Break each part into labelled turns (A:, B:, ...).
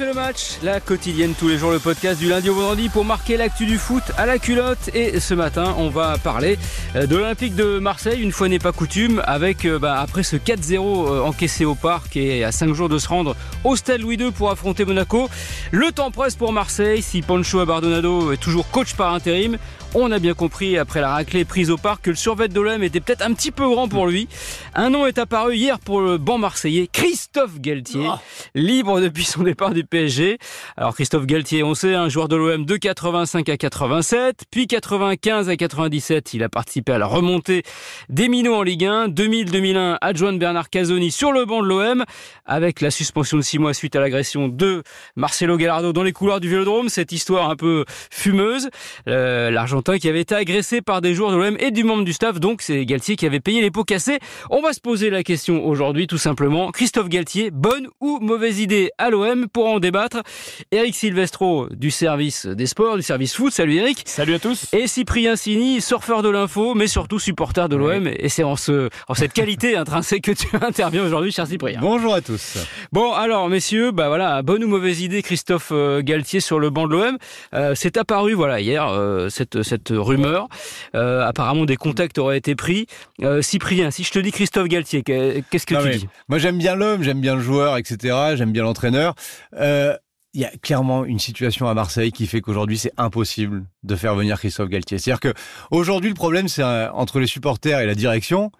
A: le match, la quotidienne tous les jours, le podcast du lundi au vendredi pour marquer l'actu du foot à la culotte. Et ce matin, on va parler euh, de l'Olympique de Marseille, une fois n'est pas coutume, avec euh, bah, après ce 4-0 encaissé au parc et à 5 jours de se rendre au stade Louis II pour affronter Monaco. Le temps presse pour Marseille, si Pancho Abardonado est toujours coach par intérim. On a bien compris après la raclée prise au parc que le survêt de l'OM était peut-être un petit peu grand pour lui. Un nom est apparu hier pour le banc marseillais, Christophe
B: Ah.
A: Galtier,
C: Oh.
A: libre depuis son départ du PSG. Alors Christophe Galtier, on sait, un joueur de l'OM de 85 à 87, puis 95 à 97, il a participé à la remontée des minots en Ligue 1, 2000-2001, adjoint de Bernard Casoni sur le banc de l'OM, avec la suspension de 6 mois suite à l'agression de Marcelo Gallardo dans les couloirs du Vélodrome, cette histoire un peu fumeuse. Euh, L'Argentin qui avait été agressé par des joueurs de l'OM et du membre du staff, donc c'est Galtier qui avait payé les pots cassés. On va se poser la question aujourd'hui tout simplement. Christophe Galtier, bonne ou mauvaise idée à l'OM pour en débattre Eric Silvestro du service des sports, du service foot, salut Eric
C: Salut à tous.
A: et Cyprien Sini, surfeur de l'info, mais surtout supporter de l'OM. Et c'est en, ce, en cette qualité intrinsèque que tu interviens aujourd'hui, cher Cyprien.
B: Bonjour à tous.
A: Bon, alors, messieurs, bah voilà, bonne ou mauvaise idée, Christophe euh, Galtier sur le banc de l'OM. Euh, c'est apparu, voilà, hier, euh, cette, cette rumeur. Euh, apparemment, des contacts auraient été pris. Euh, Cyprien, si je te dis Christophe Galtier, que- qu'est-ce que
B: Non,
A: tu
B: mais
A: dis
B: Moi, j'aime bien l'homme, j'aime bien le joueur, etc. J'aime bien l'entraîneur. Euh, Il y a clairement une situation à Marseille qui fait qu'aujourd'hui, c'est impossible de faire venir Christophe Galtier. C'est-à-dire que aujourd'hui, le problème, c'est euh, entre les supporters et la direction.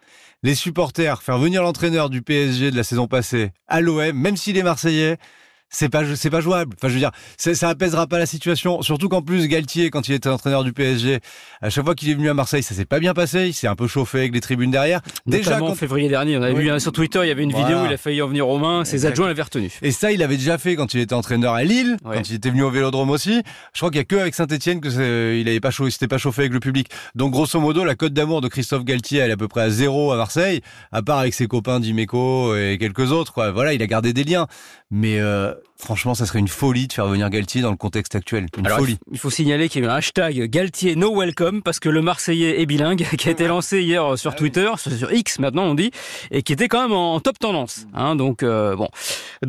B: Les supporters, faire venir l'entraîneur du PSG de la saison passée à l'OM, même s'il est Marseillais, c'est pas c'est pas jouable. Enfin, je veux dire, c'est- ça apaisera pas la situation. Surtout qu'en plus, Galtier, quand il était entraîneur du PSG, à chaque fois qu'il est venu à Marseille, ça s'est pas bien passé. Il s'est un peu chauffé avec les tribunes derrière.
A: Notamment
B: quand-
A: en février dernier, on avait
B: Oui.
A: vu hein, sur Twitter, il y avait une
B: Voilà.
A: vidéo où il a failli en venir aux mains, ses
B: Exact.
A: adjoints l'avaient retenu.
B: Et ça, il avait déjà fait quand il était entraîneur à Lille,
A: Ouais.
B: quand il était venu au Vélodrome aussi. Je crois qu'il y a que avec Saint-Etienne que c'est- il avait pas chaud, il s'était pas chauffé avec le public. Donc grosso modo, la cote d'amour de Christophe Galtier, elle est à peu près à zéro à Marseille, à part avec ses copains d'Imeco et quelques autres. Quoi. Voilà, il a gardé des liens. Mais euh, franchement, ça serait une folie de faire venir Galtier dans le contexte actuel. Une
A: Alors,
B: folie.
A: Il faut signaler qu'il y a eu un hashtag Galtier No Welcome parce que le Marseillais est bilingue qui a été lancé hier euh,
C: Ah
A: sur Twitter, sur X maintenant on dit, et qui était quand même en top tendance.
C: Mm.
A: hein. donc euh, bon,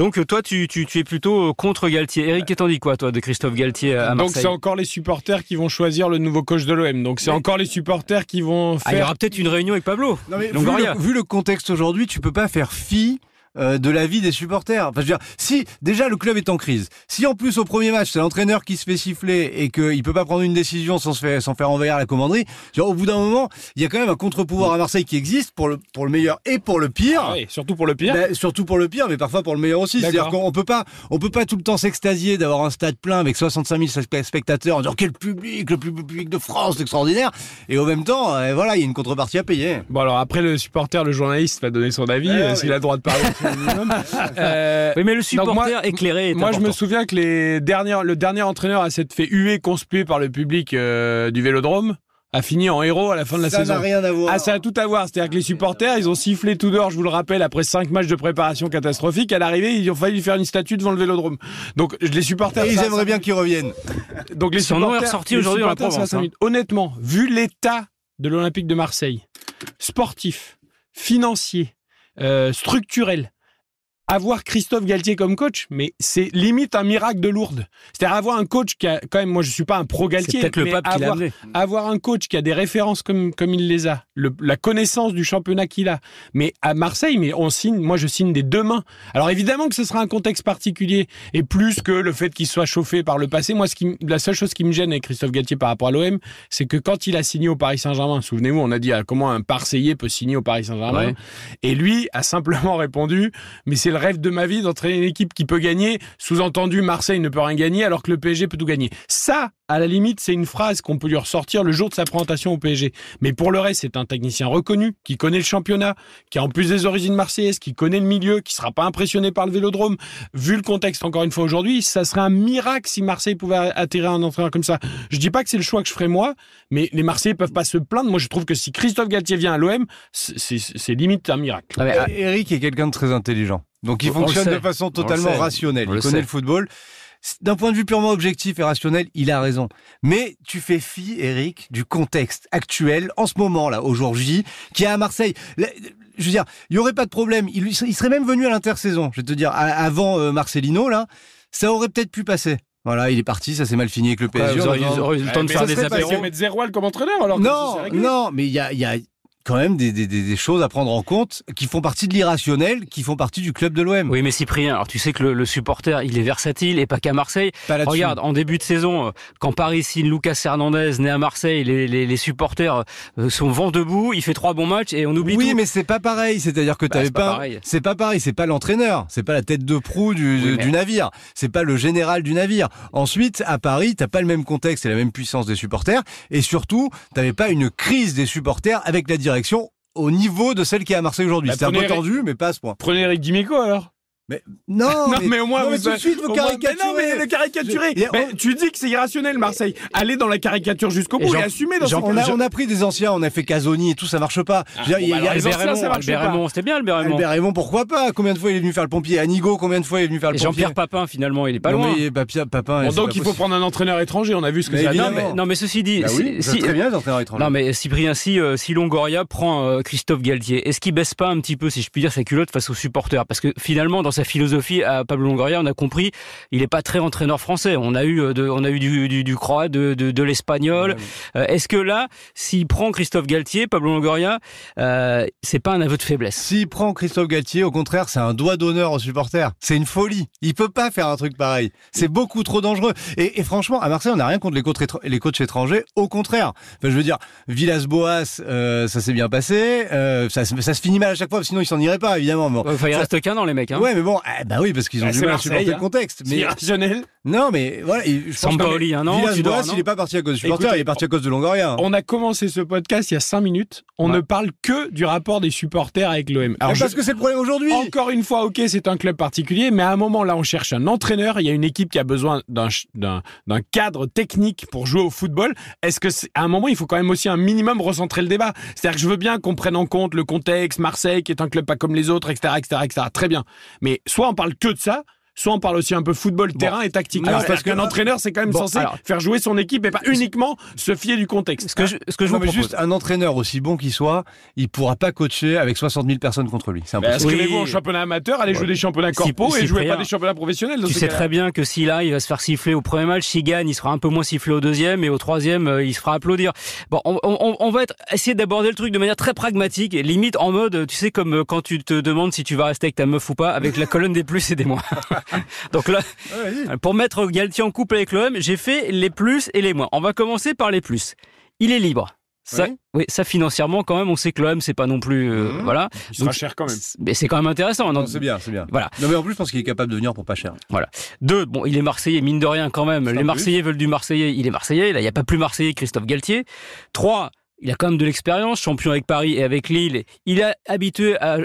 A: donc toi tu, tu, tu es plutôt euh, contre Galtier. Eric, qu'est-ce t'en dis quoi toi de Christophe Galtier à
C: Donc
A: Marseille
C: c'est encore les supporters qui vont choisir le nouveau coach de l'OM. Donc c'est
A: Mais-
C: encore les supporters qui vont
A: Ah, il y
C: faire.
A: aura peut-être une réunion avec Pablo.
B: Non, mais vu,
A: Longoria.
B: le, vu le contexte aujourd'hui, tu peux pas faire fi euh, de la vie des supporters. Enfin, je veux dire, si déjà le club est en crise, si en plus au premier match c'est l'entraîneur qui se fait siffler et qu'il peut pas prendre une décision sans se faire, sans faire envahir la commanderie, je veux dire, au bout d'un moment, il y a quand même un contre-pouvoir à Marseille qui existe pour le, pour le meilleur et pour le pire.
C: Ah oui, surtout pour le pire.
B: Bah, surtout pour le pire, mais parfois pour le meilleur aussi.
C: D'accord.
B: C'est-à-dire qu'on peut pas, on peut pas tout le temps s'extasier d'avoir un stade plein avec 65 000 spe- spectateurs en disant quel public, le plus beau public de France, c'est extraordinaire. Et en même temps, euh, voilà, il y a une contrepartie à payer.
C: Bon alors après le supporter, le journaliste va donner son avis.
B: Ouais,
C: Est-ce
B: ouais.
C: qu'il a le droit de parler au minimum Euh,
A: Oui, mais le
C: Donc,
A: supporter
C: moi-
A: éclairé. Est
C: Moi, je me
A: important.
C: souviens que les dernières, le dernier entraîneur à s'être fait huer, conspuer par le public euh, du Vélodrome, a fini en héros à la fin de la
B: ça
C: saison.
B: n'a rien à voir.
C: Ah, ça a tout à voir. C'est-à-dire que les supporters, ils ont sifflé tout dehors, je vous le rappelle, après cinq matchs de préparation catastrophique. À l'arrivée, ils ont failli lui faire une statue devant le vélodrome. Donc, je- les supporters.
B: Et ils
C: ça-
B: aimeraient bien qu'ils reviennent.
C: Donc, les
A: Son nom est
C: supporters.
A: ressorti
C: les
A: aujourd'hui dans la
C: supporters, ça
A: Provence, hein.
C: va s'amuser. Honnêtement, vu l'état de l'Olympique de Marseille, sportif, financier, euh, structurel, avoir Christophe Galtier comme coach, mais c'est limite un miracle de Lourdes. C'est-à-dire avoir un coach qui a, quand même, moi je suis pas un pro
A: C'est
C: Galtier,
A: peut-être le
C: mais
A: pape qui l'a
C: avoir-
A: amené.
C: avoir un coach qui a des références comme, comme il les a, le- la connaissance du championnat qu'il a, mais à Marseille, mais on signe, moi je signe des deux mains. Alors évidemment que ce sera un contexte particulier et plus que le fait qu'il soit chauffé par le passé. Moi, ce qui, m- la seule chose qui me gêne avec Christophe Galtier par rapport à l'OM, c'est que quand il a signé au Paris Saint-Germain, souvenez-vous, on a dit ah, comment un Marseillais peut signer au Paris Saint-Germain,
A: Ouais.
C: et lui a simplement répondu mais c'est le rêve de ma vie d'entraîner une équipe qui peut gagner. Sous-entendu, Marseille ne peut rien gagner alors que le PSG peut tout gagner. Ça, à la limite, c'est une phrase qu'on peut lui ressortir le jour de sa présentation au PSG. Mais pour le reste, c'est un technicien reconnu, qui connaît le championnat, qui a en plus des origines marseillaises, qui connaît le milieu, qui sera pas impressionné par le vélodrome. Vu le contexte, encore une fois, aujourd'hui, ça serait un miracle si Marseille pouvait attirer un entraîneur comme ça. Je dis pas que c'est le choix que je ferais moi, mais les Marseillais peuvent pas se plaindre. Moi, je trouve que si Christophe Galtier vient à l'OM, c'est- c'est c'est limite un miracle.
A: Ah, mais, ah,
B: Eric est quelqu'un de très intelligent. Donc il
A: On- on le
B: fonctionne
A: sait.
B: de façon
A: On
B: totalement
A: le sait.
B: rationnelle.
A: On
B: il
A: le
B: connaît
A: sait.
B: le football. C'est- D'un point de vue purement objectif et rationnel, il a raison. Mais tu fais fi, Eric, du contexte actuel, en ce moment, là, aujourd'hui, qui est à Marseille. La- Je veux dire, il n'y aurait pas de problème. Il, il serait même venu à l'intersaison, je vais te dire, à- avant euh, Marcelino, là. ça aurait peut-être pu passer. Voilà, il est parti, ça s'est mal fini avec le PSG.
A: vous auriez
B: en
A: eu-
B: disant-
A: auriez eu le temps de
C: Eh, Mais
A: faire
C: ça
A: des
C: serait pas
A: apéros.
C: de mettre Zeroual comme entraîneur alors que c'est
B: Non,
C: réglé.
B: non, mais il y a, il y a quand même des, des- des- des choses à prendre en compte qui font partie de l'irrationnel, qui font partie du club de l'OM.
A: Oui, mais Cyprien, alors tu sais que le, le supporter, il est versatile et pas qu'à Marseille.
B: Pas là-dessus.
A: Regarde, en début de saison, euh, quand Paris signe Lucas Hernandez, né à Marseille, les, les- les supporters euh, sont vent debout, il fait trois bons matchs et on oublie
B: Oui,
A: tout.
B: mais c'est pas pareil. C'est-à-dire que
A: Bah,
B: t'avais
A: c'est pas
B: pas.
A: pareil.
B: C'est pas pareil. C'est pas l'entraîneur. C'est pas la tête de proue du,
A: Oui, mais-
B: du navire. C'est pas le général du navire. Ensuite, à Paris, t'as pas le même contexte et la même puissance des supporters. Et surtout, t'avais pas une crise des supporters avec la direction au niveau de celle qui est à Marseille aujourd'hui.
C: Bah,
B: C'était un peu
C: prenez-
B: tendu, mais pas à ce point.
C: Prenez Eric Dimeco alors.
B: Non,
C: Non, mais, au moins,
B: non, mais
C: vous-
B: tout de suite,
C: au
B: vous
C: moins- Mais non, mais
B: caricaturez.
C: le caricaturer.
B: Je-
C: Mais tu dis que c'est irrationnel, Marseille. Allez dans la caricature jusqu'au
A: Et
C: bout et,
A: Jean- Ah,
C: assumez dans
B: Genre,
C: son
B: on, a, on a pris des anciens, on a fait Casoni et tout, ça marche pas. Je veux dire, il y a-
C: bah
B: il y a-
C: alors, les
A: Albert
C: anciens,
A: Raymond,
C: ça marche
A: Albert
C: pas.
A: Raymond, c'était bien Albert Raymond.
B: Albert Raymond, pourquoi pas Combien de fois il est venu faire le pompier Anigo, combien de fois il est venu faire le
A: Et
B: pompier
A: Jean-Pierre Papin, finalement, il est pas
B: Non,
A: loin.
B: mais Papia- Papin,
C: Bon,
B: c'est
C: donc
B: pas
C: il faut
B: possible.
C: prendre un entraîneur étranger, on a vu ce que
B: Mais
C: ça a
A: Non,
C: donné.
A: mais,
B: évidemment.
A: non, mais ceci dit,
B: Bah oui,
A: si-
B: je
A: si-
B: vois très bien les entraîneurs étrangers.
A: non mais Cyprien, si, euh, si Longoria prend euh, Christophe Galtier, est-ce qu'il baisse pas un petit peu, si je puis dire, sa culotte face aux supporters Parce que finalement, dans sa philosophie à Pablo Longoria, on a compris, il est pas très entraîneur français. On a eu, euh, de- on a eu du, du, du croate, de, de, de l'espagnol. Euh, Est-ce que là, s'il prend Christophe Galtier, Pablo Longoria, euh, c'est pas un aveu de faiblesse
B: S'il prend Christophe Galtier, au contraire, c'est un doigt d'honneur aux supporters. C'est une folie. Il peut pas faire un truc pareil. C'est beaucoup trop dangereux. Et, et franchement, à Marseille, on n'a rien contre les coachs, étr- les coachs étrangers. Au contraire. Enfin, je veux dire, Villas-Boas, euh, ça s'est bien passé. Euh, ça, se- ça se finit mal à chaque fois, parce que sinon ils s'en iraient pas, évidemment. Bon.
A: Enfin, il
B: Ça-
A: reste qu'un an, les mecs. Hein.
B: Ouais, mais bon, eh, bah oui, parce qu'ils ont
C: Bah,
B: du
C: c'est
B: mal à
C: Marseille,
B: supporter
C: hein.
B: le contexte.
C: C'est
B: Mais
C: irrationnel.
B: non, mais voilà. et je pense que-
A: Sampaoli, un an, Tudor,
B: Villas-Boas,
A: un an.
B: il n'est pas parti à cause du supporter,
C: Écoutez,
B: il est parti à cause de Longoria. hein.
C: On a commencé ce podcast il y a 5 minutes. On
A: Ouais.
C: ne parle que du rapport des supporters avec l'OM.
B: Alors,
C: je-
B: parce que c'est le problème aujourd'hui.
C: Encore une fois, ok, c'est un club particulier, mais à un moment là, on cherche un entraîneur. Il y a une équipe qui a besoin d'un ch- d'un d'un cadre technique pour jouer au football. Est-ce que c'est- à un moment, il faut quand même aussi un minimum recentrer le débat C'est-à-dire que je veux bien qu'on prenne en compte le contexte, Marseille qui est un club pas comme les autres, etc., etc., etc. Très bien. Mais soit on parle que de ça. Soit on parle aussi un peu football, terrain et tactique.
B: Alors,
C: parce
B: parce que-
C: qu'un entraîneur, c'est quand même
B: Bon,
C: censé
B: alors-
C: faire jouer son équipe et pas uniquement se fier du contexte.
A: Ce que je, ce que je
B: Non,
A: vous
B: mais
A: propose.
B: juste un entraîneur aussi bon qu'il soit, il pourra pas coacher avec 60 000 personnes contre lui. C'est
C: Bah,
B: impossible.
C: inscrivez-vous
A: Oui.
C: en championnat amateur, allez
A: Ouais.
C: jouer des championnats
A: Si-
C: corpo et
A: si
C: jouez
A: Préa-
C: pas des championnats professionnels. dans
A: Tu
C: ces
A: sais
C: cas-là.
A: très bien que s'il a, il va se faire siffler au premier match. S'il gagne, il sera un peu moins sifflé au deuxième et au troisième, euh, il se fera applaudir. Bon, on, on- on va être, essayer d'aborder le truc de manière très pragmatique, et limite en mode, tu sais, comme euh, quand tu te demandes si tu vas rester avec ta meuf ou pas, avec la colonne des plus et des moins. Donc là, Euh, pour mettre Galtier en couple avec l'OM, j'ai fait les plus et les moins. On va commencer par les plus. Il est libre. Ça,
B: Oui.
A: oui, ça financièrement quand même, on sait que l'OM c'est pas non plus, euh,
B: Mhm.
A: voilà.
C: Il sera
A: Donc,
C: cher quand même.
A: Mais c'est quand même intéressant. non
B: Non, c'est bien, c'est bien.
A: Voilà.
B: Non, mais en plus, je pense qu'il est capable de venir pour pas cher.
A: Deux, bon, il est Marseillais, mine de rien quand même.
C: C'est un
A: Les
C: plus.
A: Marseillais veulent du Marseillais, il est Marseillais. Là, il n'y a pas plus Marseillais que Christophe Galtier. Trois, il a quand même de l'expérience, champion avec Paris et avec Lille. Il est habitué à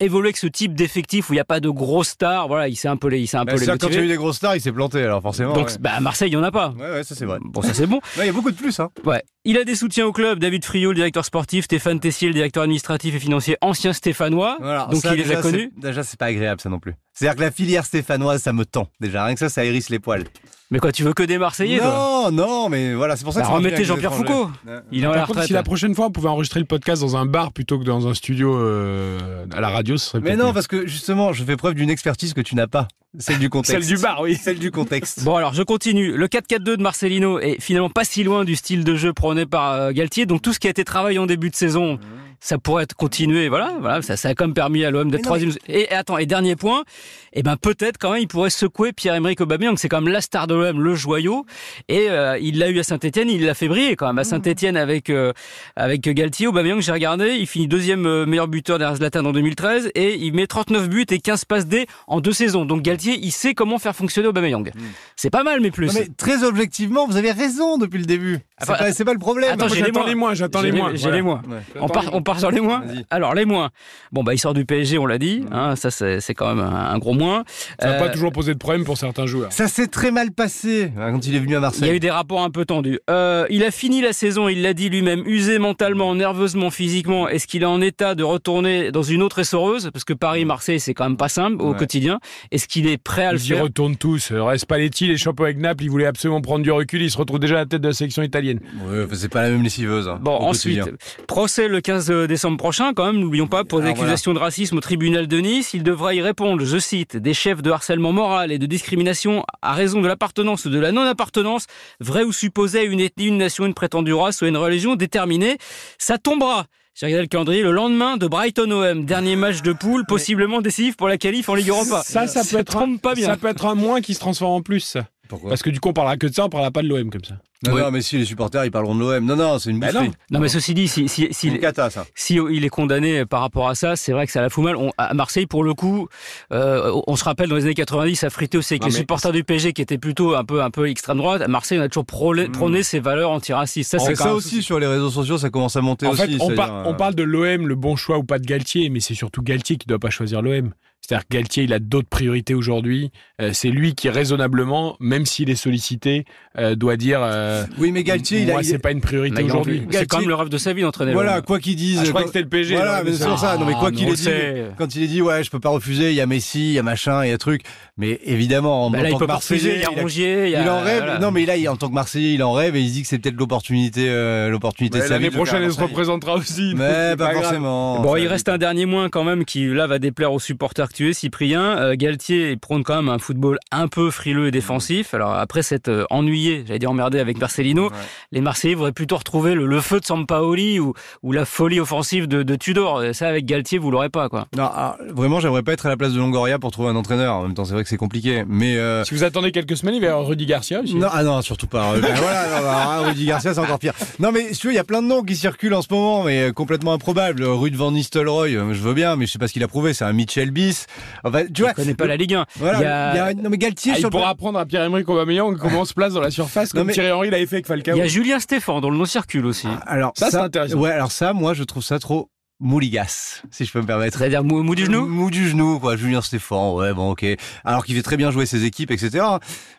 A: évoluer avec ce type d'effectif où il n'y a pas de gros stars. Voilà, il s'est un peu les, il s'est un peu les
B: Bah, C'est-à-dire, quand il y a eu
A: motivés.
B: des grosses stars, il s'est planté, alors forcément.
A: Donc,
B: ouais.
A: bah, à Marseille, il n'y en a pas.
B: ouais, ouais, ça c'est vrai.
A: Bon, ça c'est bon.
B: Ouais, il y a beaucoup de plus, hein.
A: Ouais. Il a des soutiens au club. David Friot, le directeur sportif. Stéphane Tessier, le directeur administratif et financier, ancien Stéphanois.
B: Voilà.
A: Donc
B: Ça,
A: il les a
B: déjà, c'est-
A: connus.
B: Déjà, c'est pas agréable, ça non plus. C'est-à-dire que la filière stéphanoise, ça me tend. Déjà, rien que ça, ça hérisse les poils.
A: Mais quoi, tu veux que des Marseillais toi
B: non, non, mais voilà, c'est pour ça
A: Bah,
B: que ça revient
A: remettez
B: avec les
A: Jean-Pierre
B: étrangers.
A: Foucault.
B: Ouais.
A: Il est en
C: Par
A: la
C: contre,
A: retraite.
C: si la prochaine fois on pouvait enregistrer le podcast dans un bar plutôt que dans un studio euh, à la radio, ce serait
B: Mais
C: peut-être
B: non,
C: mieux.
B: parce que justement, je fais preuve d'une expertise que tu n'as pas. Celle du contexte.
C: celle du bar, oui.
B: Celle du contexte.
A: Bon alors je continue. Le 4-4-2 de Marcelino est finalement pas si loin du style de jeu prôné par euh, Galtier. Donc tout ce qui a été travaillé en début de saison, ça pourrait être continué. Voilà, voilà, ça, ça a quand même permis à l'OM d'être
B: Mais non,
A: troisième. Et, et attends, et dernier point, eh ben peut-être quand même il pourrait secouer Pierre-Emerick Aubameyang. C'est quand même la star de l'OM, le joyau. Et euh, il l'a eu à Saint-Étienne, il l'a fait briller quand
B: Mmh.
A: même à Saint-Étienne avec euh, avec Galtier. Aubameyang, j'ai regardé, il finit deuxième euh, meilleur buteur derrière Zlatan en 2013 et il met 39 buts et 15 passes D en deux saisons. Donc Galtier, il sait comment faire fonctionner Aubameyang. C'est pas mal, mais plus.
B: Non, mais très objectivement, vous avez raison depuis le début. C'est
A: Enfin,
B: pas, c'est pas le problème.
A: attends,
C: Moi,
A: j'ai les
C: J'attends
A: moins.
C: les moins, j'attends
A: J'ai
C: les
A: les-
C: moins.
A: j'ai
C: voilà.
A: les moins.
B: Ouais.
A: On part, on part sur les moins.
B: Vas-y.
A: Alors les moins. Bon bah il sort du PSG, on l'a dit.
B: Mhm.
A: hein, ça c'est c'est quand même un, un gros moins.
C: Ça n'a
A: Euh,
C: pas toujours posé de problème pour certains joueurs.
B: Ça s'est très mal passé hein, quand il est
A: il
B: venu à
A: y a
B: Marseille.
A: eu des rapports un peu tendus. Euh, il a fini la saison, il l'a dit lui-même, usé mentalement, nerveusement, physiquement. Est-ce qu'il est en état de retourner dans une autre essoreuse Parce que Paris-Marseille, c'est quand même pas simple au
B: Ouais.
A: quotidien. Est-ce qu'il est prêt à le
C: Ils y
A: faire.
C: retournent tous. Euh, Reste Paletti, les champions avec Naples, ils voulaient absolument prendre du recul, ils se retrouvent déjà à la tête de la sélection italienne.
B: Ouais, enfin, c'est pas la même lessiveuse. hein,
A: Bon,
B: au
A: ensuite,
B: quotidien.
A: procès le 15 décembre prochain, quand même, n'oublions pas, pour des
B: Alors, voilà.
A: accusations de racisme au tribunal de Nice. Il devra y répondre, je cite, des chefs de harcèlement moral et de discrimination à raison de l'appartenance ou de la non-appartenance, vraie ou supposée à une ethnie, une nation, une prétendue race ou à une religion déterminée. Ça tombera j'ai regardé le calendrier le lendemain de Brighton OM, dernier match de poule, possiblement décisif pour la qualif en Ligue Europa.
C: Ça, ça peut être un,
A: trompe pas bien.
C: Ça peut être un moins qui se transforme en plus. ça.
B: Pourquoi
C: Parce que du coup, on parlera que de ça, on parlera pas de l'OM comme ça.
B: non,
A: Ouais.
B: non, mais si, les supporters, ils parleront de l'OM. Non, non, c'est une
C: Bah
B: boufferie.
C: non.
A: Non mais ceci dit, si, si,
B: C'est
A: si,
B: une cata, ça.
A: Si oh, il est condamné par rapport à ça, c'est vrai que ça la fout mal. On- à Marseille, pour le coup, euh, on se rappelle dans les années 90, ça fritait aussi avec
C: Non,
A: les
C: mais-
A: supporters du PSG qui étaient plutôt un peu, un peu extrême droite. À Marseille, on a toujours prôlé-
B: Mm.
A: prôné ces valeurs antiracistes. Ça,
C: En
A: c'est
B: C'est
C: fait,
A: quand même-
B: Oh, ça aussi, sur les réseaux sociaux, ça commence à monter
C: En
B: aussi.
C: fait, on,
B: c'est-à-dire,
C: par-
B: euh,
C: on parle de l'OM, le bon choix ou pas de Galtier, mais c'est surtout Galtier qui doit pas choisir l'OM. C'est-à-dire que Galtier, il a d'autres priorités aujourd'hui. Euh, c'est lui qui, raisonnablement, même s'il est sollicité, euh, doit dire euh,
B: Oui, mais Galtier, il a.
C: Moi,
B: il-
C: c'est pas une priorité
A: Mais
C: aujourd'hui.
A: C'est quand même le rêve de sa vie d'entraîner.
B: Voilà,
A: l'homme.
B: quoi qu'ils disent.
C: Ah, je crois
B: quand-
C: que c'était le PSG.
B: Voilà,
C: là,
B: mais
C: mais
B: c'est
C: ça-
B: pour ça. Non, mais quoi
A: mais
B: qu'il
A: on
B: ait
A: le
B: dit,
A: sait.
B: quand il est dit, ouais, je peux pas refuser, il y a Messi, il y a machin, il y a truc. Mais évidemment, en,
A: Bah
B: en
A: là, il
B: tant
A: peut
B: que
A: pas refuser.
B: Marseillais,
A: Il y a
B: il a-
A: Rongier. il y a-
B: il en rêve.
A: voilà.
B: Non, mais là, il- en tant que Marseillais, il en rêve et il se dit que c'est peut-être l'opportunité, euh, l'opportunité
C: Mais
B: de sa
C: L'année
B: vie de le faire à
C: prochaine, elle se
B: Marseille.
C: représentera aussi. donc
B: Mais
C: c'est
B: pas,
C: grave.
B: forcément.
A: Bon,
B: Ça
A: il
B: va
A: reste
B: vite.
A: un dernier moins quand même qui là va déplaire aux supporters que tu es, Cyprien. Euh, Galtier il prône quand même un football un peu frileux et défensif. Alors après s'être euh, ennuyé, j'allais dire emmerdé avec Marcelino,
B: Ouais.
A: les Marseillais voudraient plutôt retrouver le, le feu de Sampaoli ou, ou la folie offensive de, de Tudor. Et Ça avec Galtier, vous l'aurez pas quoi.
B: Non, ah, vraiment, j'aimerais pas être à la place de Longoria pour trouver un entraîneur. En même temps, c'est vrai que c'est compliqué. Mais euh,
C: Si vous attendez quelques semaines, il va y avoir Rudy Garcia aussi.
B: Non, ah non, surtout pas. Euh, ben voilà, non, non, hein, Rudy Garcia, c'est encore pire. Non, mais si tu veux, il y a plein de noms qui circulent en ce moment, mais euh, complètement improbables. Euh, Rude Van Nistelrooy, euh, je veux bien, mais je sais pas ce qu'il a prouvé. C'est un Mitchell Bis. Enfin, tu vois,
A: Je connais pas la Ligue 1.
B: voilà,
A: il y a-
B: non, mais Galtier,
C: Ah,
B: sur
C: il
B: le plan-
C: pourra apprendre à Pierre-Emerick Aubameyang comment on se place dans la surface
B: Non,
C: comme
B: mais-
C: Thierry Henry l'avait fait avec Falcao.
A: Il y a Julien Stéphane dont le nom circule aussi.
B: Alors,
C: Ça, c'est intéressant.
B: Ouais, alors ça, moi, je trouve ça trop mouligasse, si je peux me permettre.
A: C'est-à-dire mou, mou du genou
B: Mou du genou, quoi. Julien Stéphane, ouais, bon, ok. Alors qu'il fait très bien jouer ses équipes, etc.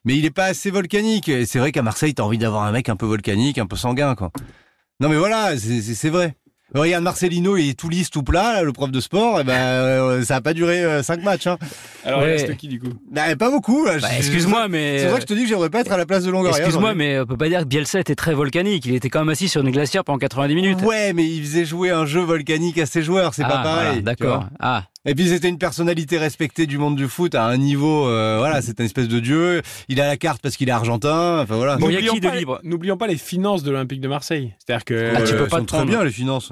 B: Mais il est pas assez volcanique. Et c'est vrai qu'à Marseille, t'as envie d'avoir un mec un peu volcanique, un peu sanguin, quoi. Non, mais voilà, c'est- c'est c'est vrai. Regarde, Marcelino, il est tout lisse, tout plat, là, le prof de sport, et ben, euh, ça a pas duré 5 matchs, hein.
C: Alors,
A: Ouais.
C: il reste qui du coup
B: Bah, pas beaucoup, là.
A: Bah,
B: Je-
A: Excuse-moi,
B: C'est
A: mais. euh,
B: vrai que je te dis que j'aimerais pas être à la place de Longoria.
A: Excuse-moi,
B: aujourd'hui.
A: mais on peut pas dire que Bielsa était très volcanique. Il était quand même assis sur une glacière pendant 90 minutes.
B: Ouais, mais il faisait jouer un jeu volcanique à ses joueurs, c'est
A: Ah,
B: pas
A: voilà,
B: pareil. tu vois.
A: D'accord. Ah.
B: Et puis c'était une personnalité respectée du monde du foot à un niveau, euh, voilà, c'est un espèce de dieu. Il a la carte parce qu'il est argentin. Enfin voilà.
A: Bon, il y a
C: N'oublions
A: qui de
C: pas-
A: libre
C: N'oublions pas les finances de l'Olympique de Marseille. C'est-à-dire que.
A: Ah, tu peux
B: Elles
A: pas
B: euh, sont
A: te
B: très
A: prendre.
B: bien les finances.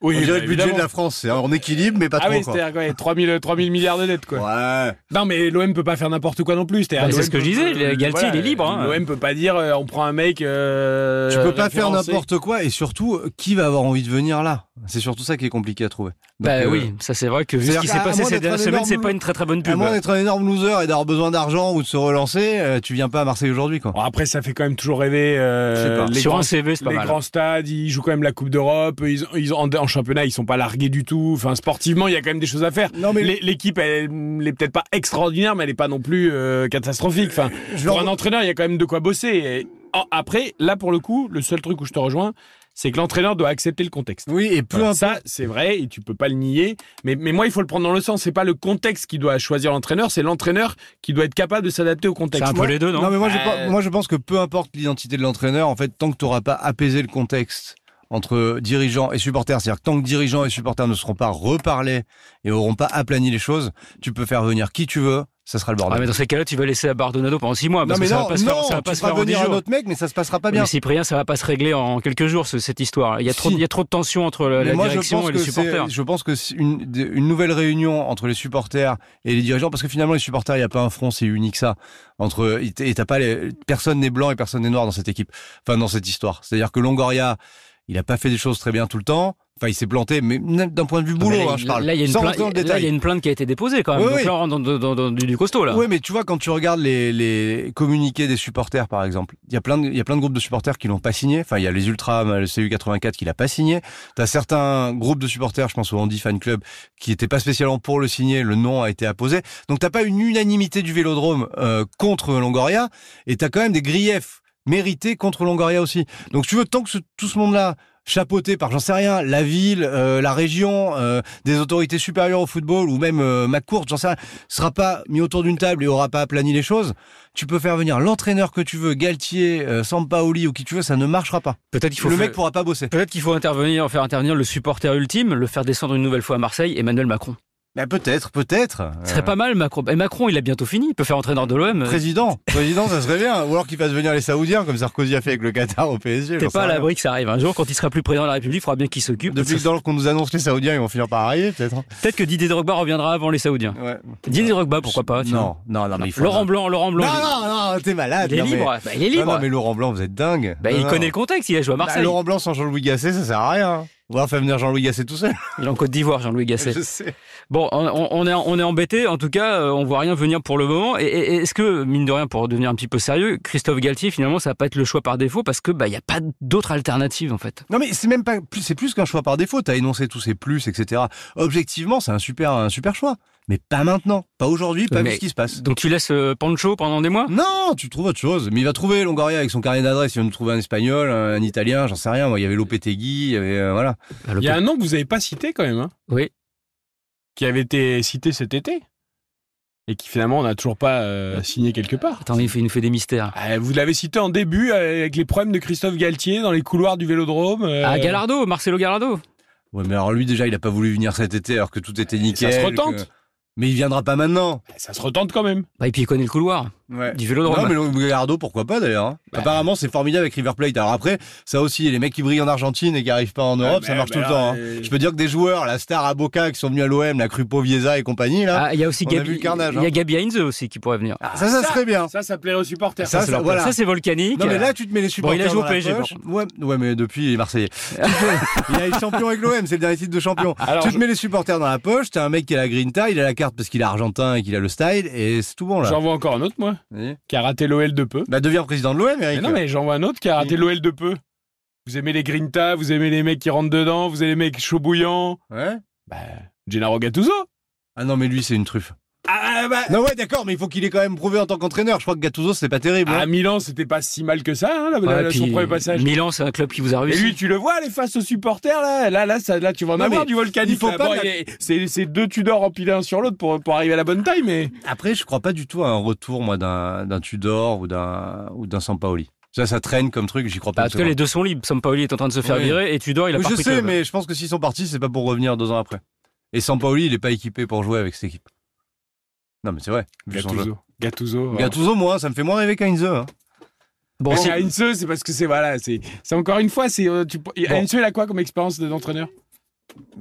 C: Oui,
B: On dirait
C: bah,
B: le budget de
C: évidemment.
B: la France, c'est en équilibre mais pas
C: Ah
B: trop.
C: oui,
B: quoi.
C: c'est-à-dire ouais, 3000, 3000 milliards de dettes, quoi.
A: Euh,
B: Ouais.
C: Non, mais l'OM peut pas faire n'importe quoi non plus. C'est-à-dire,
A: Bah, c'est
C: l'OM
A: ce que je
C: peut-
A: disais, le- Galtier, il est libre, hein.
C: L'OM peut pas dire, euh, on prend un mec. euh,
B: Tu peux pas faire
C: référencé.
B: n'importe quoi et surtout euh, qui va avoir envie de venir là C'est surtout ça qui est compliqué à trouver. Donc,
A: Bah
B: euh,
A: oui, ça c'est vrai que vu ce
B: c'est-à-dire
A: qui
B: qu'à-
A: s'est
B: à
A: passé
B: moins
A: ces
B: d'être
A: dernières
B: un
A: semaines,
B: énorme-
A: c'est pas une très très bonne
B: À
A: pub.
B: moins d'être un énorme loser et d'avoir besoin d'argent ou de se relancer, euh, tu viens pas à Marseille aujourd'hui quoi.
C: Bon, après, ça fait quand même toujours rêver. euh,
B: Je sais pas.
C: les
A: Sur
C: grands,
A: un CV, c'est pas
C: les
A: mal.
C: grands stades, ils jouent quand même la Coupe d'Europe. Ils, ils- en, en championnat, ils sont pas largués du tout. Enfin, sportivement, il y a quand même des choses à faire.
B: Non, mais-
C: L'é- l'équipe, elle, elle est peut-être pas extraordinaire, mais elle est pas non plus euh, catastrophique. Enfin,
B: Je
C: Pour
B: leur-
C: un entraîneur, il y a quand même de quoi bosser. Et en- après, là, pour le coup, le seul truc où je te rejoins, c'est que l'entraîneur doit accepter le contexte.
B: Oui et peu
C: Voilà.
B: importe.
C: Ça, c'est vrai, et tu peux pas le nier. Mais, mais moi, il faut le prendre dans le sens. C'est pas le contexte qui doit choisir l'entraîneur, c'est l'entraîneur qui doit être capable de s'adapter au
A: C'est
C: contexte.
A: un peu
C: Moi,
A: les deux, non,
B: Non, mais moi, je,
C: Euh,
B: pense- moi, je pense que peu importe l'identité de l'entraîneur, en fait, tant que tu n'auras pas apaisé le contexte entre dirigeants et supporters, c'est-à-dire que tant que dirigeants et supporters ne seront pas reparlés et auront pas aplani les choses, tu peux faire venir qui tu veux, ça sera le
A: Ah,
B: bordel.
A: mais dans ces cas-là, tu vas laisser à Bardonado pendant 6 mois. Parce
B: non, mais
A: que ça
B: non,
A: va pas se
B: non,
A: faire, ça va pas
B: tu
A: se
B: feras
A: faire en 10
B: venir un
A: jours.
B: autre mec, mais ça se passera pas bien.
A: Mais Cyprien, ça va pas se régler en quelques jours, ce- cette histoire. Il y a trop,
B: Si.
A: il y a trop de tensions entre la,
B: Mais
A: la
B: moi, je
A: direction
B: pense
A: et les
B: que c'est-
A: supporters.
B: Je pense que c'est une, de- une nouvelle réunion entre les supporters et les dirigeants, parce que finalement, les supporters, il n'y a pas un front, c'est unique ça. Entre, et t'as pas les, personne n'est blanc et personne n'est noir dans cette équipe. Enfin, dans cette histoire. C'est-à-dire que Longoria, il n'a pas fait des choses très bien tout le temps. Enfin, il s'est planté, mais même d'un point de vue boulot,
A: Mais là,
B: hein, je parle.
A: Là, il y a une
B: Sans
A: plainte-
B: rentrer dans le
A: là,
B: détail.
A: il y a une plainte qui a été déposée quand même.
B: Oui,
A: Donc
B: oui.
A: là, on rentre dans, dans- dans du, du costaud, là.
B: Oui, mais tu vois, quand tu regardes les, les communiqués des supporters, par exemple, il y, a plein de- il y a plein de groupes de supporters qui l'ont pas signé. Enfin, il y a les Ultras, le CU84 qui l'a pas signé. Tu as certains groupes de supporters, je pense au Andy Fan Club, qui n'étaient pas spécialement pour le signer. Le nom a été apposé. Donc, t'as pas une unanimité du vélodrome euh, contre Longoria. Et tu as quand même des griefs mérités contre Longoria aussi. Donc, tu veux, tant que ce- tout ce monde-là chapeauté par, j'en sais rien, la ville, euh, la région, euh, des autorités supérieures au football ou même euh, McCourt, j'en sais rien, sera pas mis autour d'une table et aura pas aplani les choses, tu peux faire venir l'entraîneur que tu veux, Galtier, euh, Sampaoli ou qui tu veux, ça ne marchera pas.
A: Peut-être qu'il faut
B: le
A: faire-
B: mec pourra pas bosser.
A: Peut-être qu'il faut intervenir, faire intervenir le supporter ultime, le faire descendre une nouvelle fois à Marseille, Emmanuel Macron.
B: Bah, peut-être, peut-être. Euh,
A: Ce serait pas euh, mal, Macron. Et Macron, il a bientôt fini. Il peut faire entraîneur de l'OM.
B: Président, président, ça serait bien. Ou alors qu'il fasse venir les Saoudiens, comme Sarkozy a fait avec le Qatar au PSG.
A: T'es
B: j'en sais
A: pas à
B: rien.
A: l'abri que ça arrive un jour. Quand il sera plus président de la République, il faudra bien qu'il s'occupe.
B: Depuis que dans- qu'on nous annonce les Saoudiens, ils vont finir par arriver, peut-être. hein.
A: Peut-être que Didier Drogba reviendra avant les Saoudiens.
B: Ouais.
A: Didier Drogba, pourquoi pas finalement.
B: Non, non, non, mais il faut.
A: Laurent Blanc, Laurent Blanc.
B: Non, non, non, t'es malade.
A: il est
B: non, mais-
A: libre. Bah, il est
B: Non,
A: libre.
B: non, mais Laurent Blanc, vous êtes dingue.
A: Bah,
B: Non,
A: il
B: non.
A: connaît le contexte. Il a joué à
B: Bah,
A: Marseille.
B: Laurent Blanc sans Jean-Louis Gasset, ça sert à rien. hein. On va faire venir Jean-Louis Gasset tout seul.
A: Il est en Côte d'Ivoire, Jean-Louis Gasset.
B: Je sais.
A: Bon, on, on- on est, on est embêté, en tout cas, euh, on voit rien venir pour le moment. Et, et- et est-ce que, mine de rien, pour devenir un petit peu sérieux, Christophe Galtier, finalement, ça va pas être le choix par défaut parce que bah, il n'y a pas d'autre alternative, en fait.
B: Non mais c'est même pas plus, c'est plus qu'un choix par défaut. T'as énoncé tous ces plus, etc. Objectivement, c'est un super, un super choix. Mais pas maintenant, pas aujourd'hui, pas
A: Mais-
B: vu ce qui se passe.
A: Donc tu laisses euh, Pancho pendant des mois
B: Non, tu trouves autre chose. Mais il va trouver Longoria avec son carnet d'adresse. Il va nous trouver un espagnol, un, un italien, j'en sais rien. Moi, il y avait Lopetegui, il y avait euh, voilà.
C: Il y a un nom que vous n'avez pas cité quand même. hein,
A: Oui.
C: Qui avait été cité cet été. Et qui finalement, on n'a toujours pas euh, signé quelque part.
A: Attends, il, fait- il nous fait des mystères.
C: Euh, Vous l'avez cité en début euh, avec les problèmes de Christophe Galtier dans les couloirs du Vélodrome. euh,
A: Ah, Gallardo, Marcelo Gallardo.
B: Ouais, mais alors lui déjà, il a pas voulu venir cet été alors que tout était nickel.
C: se retente.
B: que- Mais il viendra pas maintenant.
C: Ça se retente quand même.
A: Bah, et puis il connaît le couloir
B: Ouais.
A: du
B: Non,
A: vélodrome.
B: mais le Gallardo, pourquoi pas d'ailleurs hein.
C: Bah.
B: Apparemment, c'est formidable avec River Plate. Alors après, ça aussi, les mecs qui brillent en Argentine et qui arrivent pas en Europe,
C: Ouais,
B: ça
C: mais-
B: marche
C: mais
B: tout le
C: alors,
B: temps. hein.
C: euh,
B: Je peux dire que des joueurs, la star Aboca qui sont venus à l'OM, la Crupo Vieza et compagnie, là,
A: Ah, il y a aussi
B: On a
A: Gabi.
B: vu le carnage,
A: Il y a
B: hein.
A: Gabi Heinze aussi qui pourrait venir.
B: ça, ça, serait bien.
C: Ça, ça plairait aux supporters.
B: Ça, Ah, ça-
A: leur-
B: voilà.
A: ça, c'est volcanique.
B: Non, mais là, tu te mets les supporters.
A: il a joué au
B: dans la
A: PSG,
B: poche.
A: par
B: Ouais, ouais, mais depuis, il est Marseillais. il a été champion avec l'OM, c'est le dernier titre de champion.
C: Alors,
B: tu te
C: je-
B: mets les supporters dans la poche, t'as un mec qui a la grinta, il a la carte parce qu'il est argentin et qu'il a le style, et c'est tout bon, là.
C: J'en vois encore un autre, moi,
B: Vous voyez
C: qui a raté l'OL de peu.
B: Bah, deviens président de l'OM, Eric.
C: Mais non, mais j'en vois un autre qui a raté l'OL de peu. Vous aimez les Grinta, vous aimez les mecs qui rentrent dedans, vous aimez les mecs chauds bouillants.
B: Ouais.
C: Bah, Gennaro Gattuso.
B: Ah non, mais lui, c'est une truffe.
C: Ah, bah,
B: Non, ouais, d'accord, mais il faut qu'il ait quand même prouvé en tant qu'entraîneur. Je crois que Gattuso, c'est pas terrible. hein.
C: à Ah, Milan, c'était pas si mal que ça, hein, la-
A: Ouais,
C: la-
A: puis
C: son premier passage.
A: Milan, c'est un club qui vous a
C: Et
A: réussi.
C: lui, tu le vois, les faces aux supporters, là, là, là, ça, là tu vas en
B: Non,
C: avoir
B: mais
C: du volcanique.
B: il faut
C: là.
B: pas
C: Ah, bah, Bon,
B: la-
C: il est- C'est c'est deux Tudors empilés un sur l'autre pour, pour arriver à la bonne taille, mais
B: Après, je crois pas du tout à un retour, moi, d'un d'un Tudor ou d'un ou d'un Sampaoli. Ça, ça traîne comme truc, j'y crois
A: Bah,
B: pas.
A: en tout cas, les deux sont libres. Sampaoli est en train de se faire
B: Oui.
A: virer et Tudor, il a
B: Oui,
A: pas
B: je
A: repris
B: sais,
A: club.
B: mais je pense que s'ils sont partis, c'est pas pour revenir deux ans après. Et Sampaoli, il est pas équipé pour jouer avec cette équipe. Non, mais c'est vrai. vu son jeu.
C: Gattuso. Gattuso. voilà.
B: Gattuso, moi, ça me fait moins rêver qu'Heinze. hein.
A: Bon,
C: Bon,
A: c'est-
C: Heinze, c'est parce que c'est voilà, c'est c'est encore une fois, c'est euh, tu et
A: Bon.
C: Heinze, il a quoi comme expérience d'entraîneur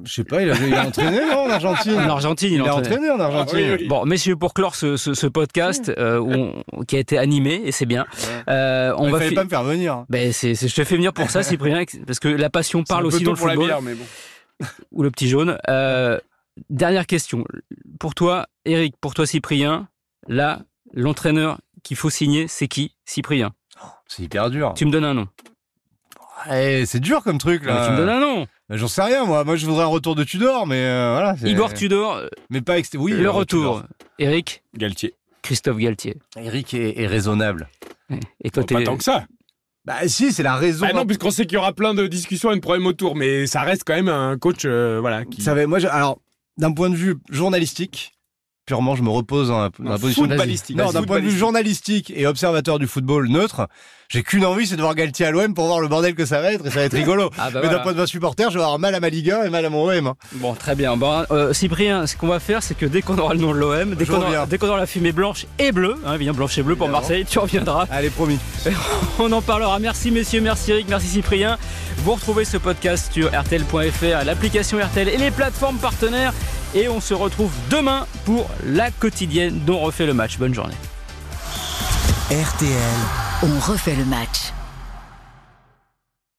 B: Je sais pas, il a, il a entraîné, non, en Argentine
A: Hein. en Argentine, il
B: Il a
A: entraîne.
B: entraîné en Argentine.
C: Ah, oui, oui.
A: Bon, messieurs, pour clore ce, ce- ce podcast euh, où on- qui a été animé, et c'est bien, euh, on
B: Il
A: va...
B: fallait
A: fi-
B: pas me faire venir. hein.
A: Ben, c'est, c'est- je te fais venir pour ça, Cyprien, parce que la passion
C: C'est un
A: parle
C: peu
A: aussi dans
C: tôt
A: le
C: pour la
A: football.
C: bière, mais bon.
A: Ou le petit jaune. Euh, dernière question. Pour toi, Eric, pour toi, Cyprien, là, l'entraîneur qu'il faut signer, c'est qui Cyprien.
B: C'est hyper dur.
A: Tu me donnes un nom.
B: Eh, c'est dur comme truc,
A: Non, mais Tu me donnes
B: là.
A: un nom.
B: Bah, J'en sais rien, moi. Moi, je voudrais un retour de Tudor, mais euh, voilà. c'est-
A: Igor Tudor, euh,
B: Mais pas ext- Oui,
A: le retour. Eric,
C: Galtier.
A: Christophe Galtier.
B: Tudor. Eric est, est raisonnable.
A: Et toi,
C: Bon, pas
A: t'es-
C: tant que ça.
B: Bah si, c'est la raison.
C: Bah non, puisqu'on sait qu'il y aura plein de discussions et de problèmes autour, mais ça reste quand même un coach, euh, voilà. Qui...
B: Vous savez, moi, je- alors d'un point de vue journalistique, purement, je me repose dans la, dans la position de-
C: footballistique.
B: Non, d'un point de vue journalistique et observateur du football neutre, j'ai qu'une envie, c'est de voir Galtier à l'OM pour voir le bordel que ça va être et ça va être rigolo.
A: Ah, bah
B: Mais
A: voilà.
B: d'un point de vue supporter, je vais avoir mal à ma Liga et mal à mon OM. hein.
A: Bon, très bien. Bon, euh, Cyprien, ce qu'on va faire, c'est que dès qu'on aura le nom de l'OM, dès
B: Je
A: qu'on aura,
B: reviens.
A: dès qu'on aura la fumée blanche et bleue, hein, bien blanche et bleue pour
B: Évidemment.
A: Marseille, tu reviendras.
B: Allez, promis.
A: On en parlera. Merci messieurs, merci Eric, merci Cyprien. Vous retrouvez ce podcast sur RTL.fr, l'application RTL et les plateformes partenaires. Et on se retrouve demain pour la quotidienne dont on refait le match. Bonne journée.
D: RTL,
E: On refait le match.